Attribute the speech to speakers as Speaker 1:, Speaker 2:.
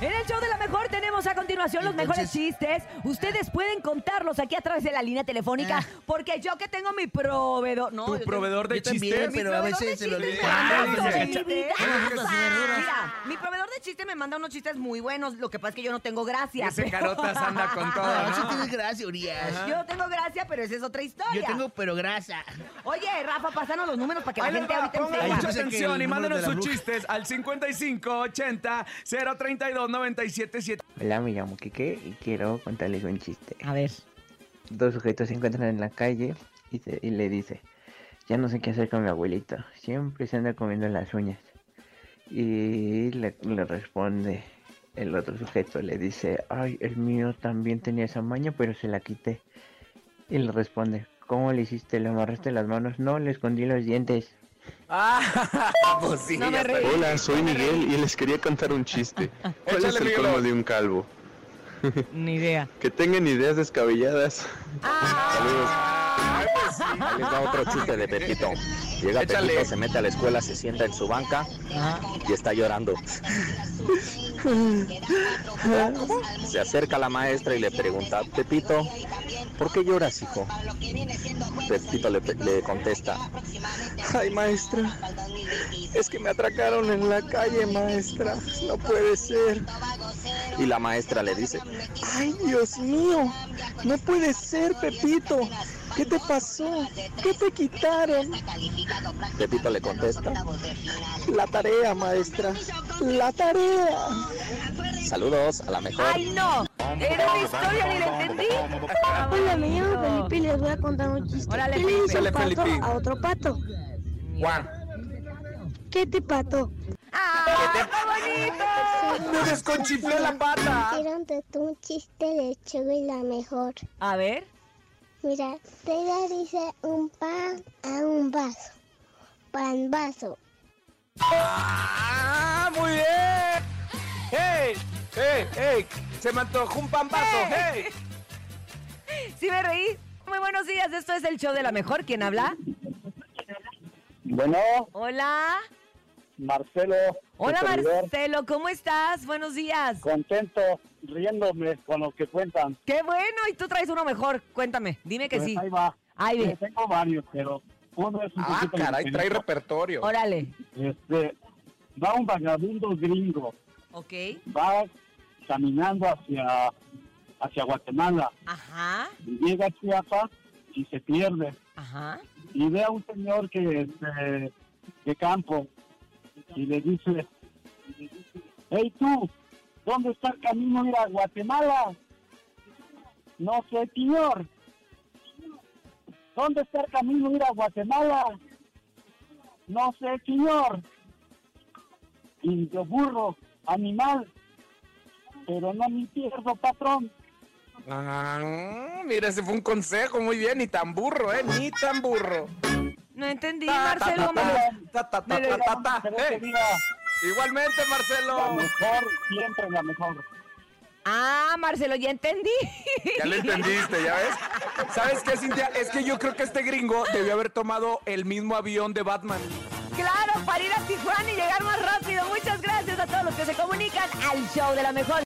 Speaker 1: En el show de la mejor tenemos a continuación los mejores chistes. Ustedes pueden contarlos aquí a través de la línea telefónica, porque yo que tengo mi proveedor. No, yo
Speaker 2: Ah. Tu
Speaker 1: tengo-
Speaker 2: proveedor de
Speaker 3: Yo también,
Speaker 2: chistes.
Speaker 1: mi
Speaker 3: pero a
Speaker 1: proveedor de
Speaker 3: veces se
Speaker 1: chistes
Speaker 3: lo
Speaker 1: me
Speaker 3: olvida.
Speaker 1: manda
Speaker 2: Ah,
Speaker 1: unos
Speaker 2: dice,
Speaker 1: chistes.
Speaker 3: "Cachita, cosas verduras".
Speaker 1: Mira, mi proveedor de chistes me manda unos chistes muy buenos. Lo que pasa es que yo no tengo gracia.
Speaker 2: Ese
Speaker 1: pero-
Speaker 2: carotas anda con ¿eh? todo,
Speaker 3: No, sí
Speaker 2: ¿no?
Speaker 3: tienes Ah, gracia, Urias.
Speaker 1: Yo no tengo gracia, pero esa es otra historia.
Speaker 3: Yo tengo, pero grasa.
Speaker 1: Oye, Rafa, pásanos los números para que la
Speaker 2: Ahí les
Speaker 1: gente
Speaker 2: va,
Speaker 1: ahorita
Speaker 2: pongan
Speaker 1: enseña.
Speaker 2: mucha
Speaker 3: Yo sé que el
Speaker 2: atención y
Speaker 3: número
Speaker 2: mándenos
Speaker 3: de la
Speaker 2: sus
Speaker 3: bruja.
Speaker 2: chistes al 5580 032 977.
Speaker 4: Hola, me llamo Kike y quiero contarles un chiste.
Speaker 1: A ver.
Speaker 4: Dos sujetos se encuentran en la calle y, se- y le dice, ya no sé qué hacer con mi abuelito, siempre se anda comiendo las uñas. Y le, le responde el otro sujeto, le dice, ay, el mío también tenía esa maña, pero se la quité. Y le responde, ¿cómo le hiciste? ¿Le amarraste las manos? No, le escondí los dientes.
Speaker 2: Ah, pues sí.
Speaker 1: No me
Speaker 2: ya
Speaker 1: reí.
Speaker 2: está.
Speaker 5: Hola, soy Miguel y les quería contar un chiste. ¿Cuál
Speaker 2: Échale,
Speaker 5: es el
Speaker 2: Miguel.
Speaker 5: colmo de un calvo?
Speaker 6: Ni idea.
Speaker 5: Que tengan ideas descabelladas. Saludos.
Speaker 7: Ahí les va otro chiste de Pepito. Llega
Speaker 2: Échale.
Speaker 7: Pepito, se mete a la escuela, se sienta en su banca y está llorando. Se acerca la maestra y le pregunta, Pepito, ¿por qué lloras, hijo? Pepito le, le contesta, ay maestra, es que me atracaron en la calle, maestra, no puede ser. Y la maestra le dice, ay Dios mío, no puede ser, Pepito, ¿qué te pasó? ¿Qué te quitaron? Pepito le contesta, la tarea, maestra, la tarea. Saludos, a la mejor.
Speaker 1: ¡Ay, no! Era una historia, ni la entendí.
Speaker 8: Hola, me llamo Felipe y les voy a contar un chiste.
Speaker 1: Órale,
Speaker 8: ¿Qué le
Speaker 1: Felipe.
Speaker 8: dice
Speaker 2: Dale,
Speaker 8: un pato
Speaker 2: Felipe.
Speaker 8: a otro pato?
Speaker 2: Juan.
Speaker 8: ¿Qué te pato?
Speaker 1: ¡Ah, está bonito!
Speaker 2: Me
Speaker 1: Ah.
Speaker 2: desconchiflé la pata.
Speaker 8: Quiero contarte un chiste de chulo y la mejor.
Speaker 1: A ver.
Speaker 8: Mira, te le dice un pan a un vaso. Pan vaso.
Speaker 2: Ah, muy bien. ¡Hey! ¡Hey! ¡Hey! Se me antojó un pampazo. ¡Hey!
Speaker 1: Sí me reí. Muy buenos días, esto es el show de la mejor. ¿Quién habla?
Speaker 9: Bueno,
Speaker 1: Hola.
Speaker 9: Marcelo.
Speaker 1: Hola
Speaker 9: tu servidor,
Speaker 1: Marcelo, ¿cómo estás? Buenos días.
Speaker 9: Contento, riéndome con lo que cuentan.
Speaker 1: Qué bueno, y tú traes uno mejor. Cuéntame, dime que
Speaker 9: Pues
Speaker 1: sí.
Speaker 9: Ahí va.
Speaker 1: Ahí ve.
Speaker 9: Eh, Tengo varios, pero uno es un
Speaker 2: Ah,
Speaker 9: poquito
Speaker 2: caray, trae
Speaker 9: diferente.
Speaker 2: repertorio.
Speaker 1: Órale.
Speaker 9: Este, va un vagabundo gringo,
Speaker 1: Ok.
Speaker 9: va caminando hacia, hacia Guatemala,
Speaker 1: Ajá.
Speaker 9: llega a Chiapas y se pierde.
Speaker 1: Ajá.
Speaker 9: Y ve a un señor que este, de campo y le dice, hey tú, ¿dónde está el camino a ir a Guatemala? No sé, señor. ¿Dónde está el camino a ir a Guatemala? No sé, señor. Y yo burro, animal, pero no me pierdo, patrón.
Speaker 2: Ah, mira, ese fue un consejo muy bien, ni tan burro, ¿eh? Ni tan burro.
Speaker 1: No entendí,
Speaker 2: Ta, ta,
Speaker 1: Marcelo.
Speaker 2: ta,
Speaker 1: me lo-
Speaker 2: ta, ta, ta,
Speaker 1: me lo-
Speaker 2: ta, ta, ta.
Speaker 9: Pero que
Speaker 2: Eh,
Speaker 9: diga,
Speaker 2: Igualmente,
Speaker 9: la
Speaker 2: Marcelo.
Speaker 9: mejor, siempre la mejor.
Speaker 1: Ah, Marcelo, ya entendí.
Speaker 2: Ya lo entendiste, ¿ya ves? ¿Sabes qué, Cintia? Es que yo creo que este gringo debió haber tomado el mismo avión de Batman.
Speaker 1: Claro, para ir a Tijuana y llegar más rápido. Muchas gracias a todos los que se comunican al show de la mejor.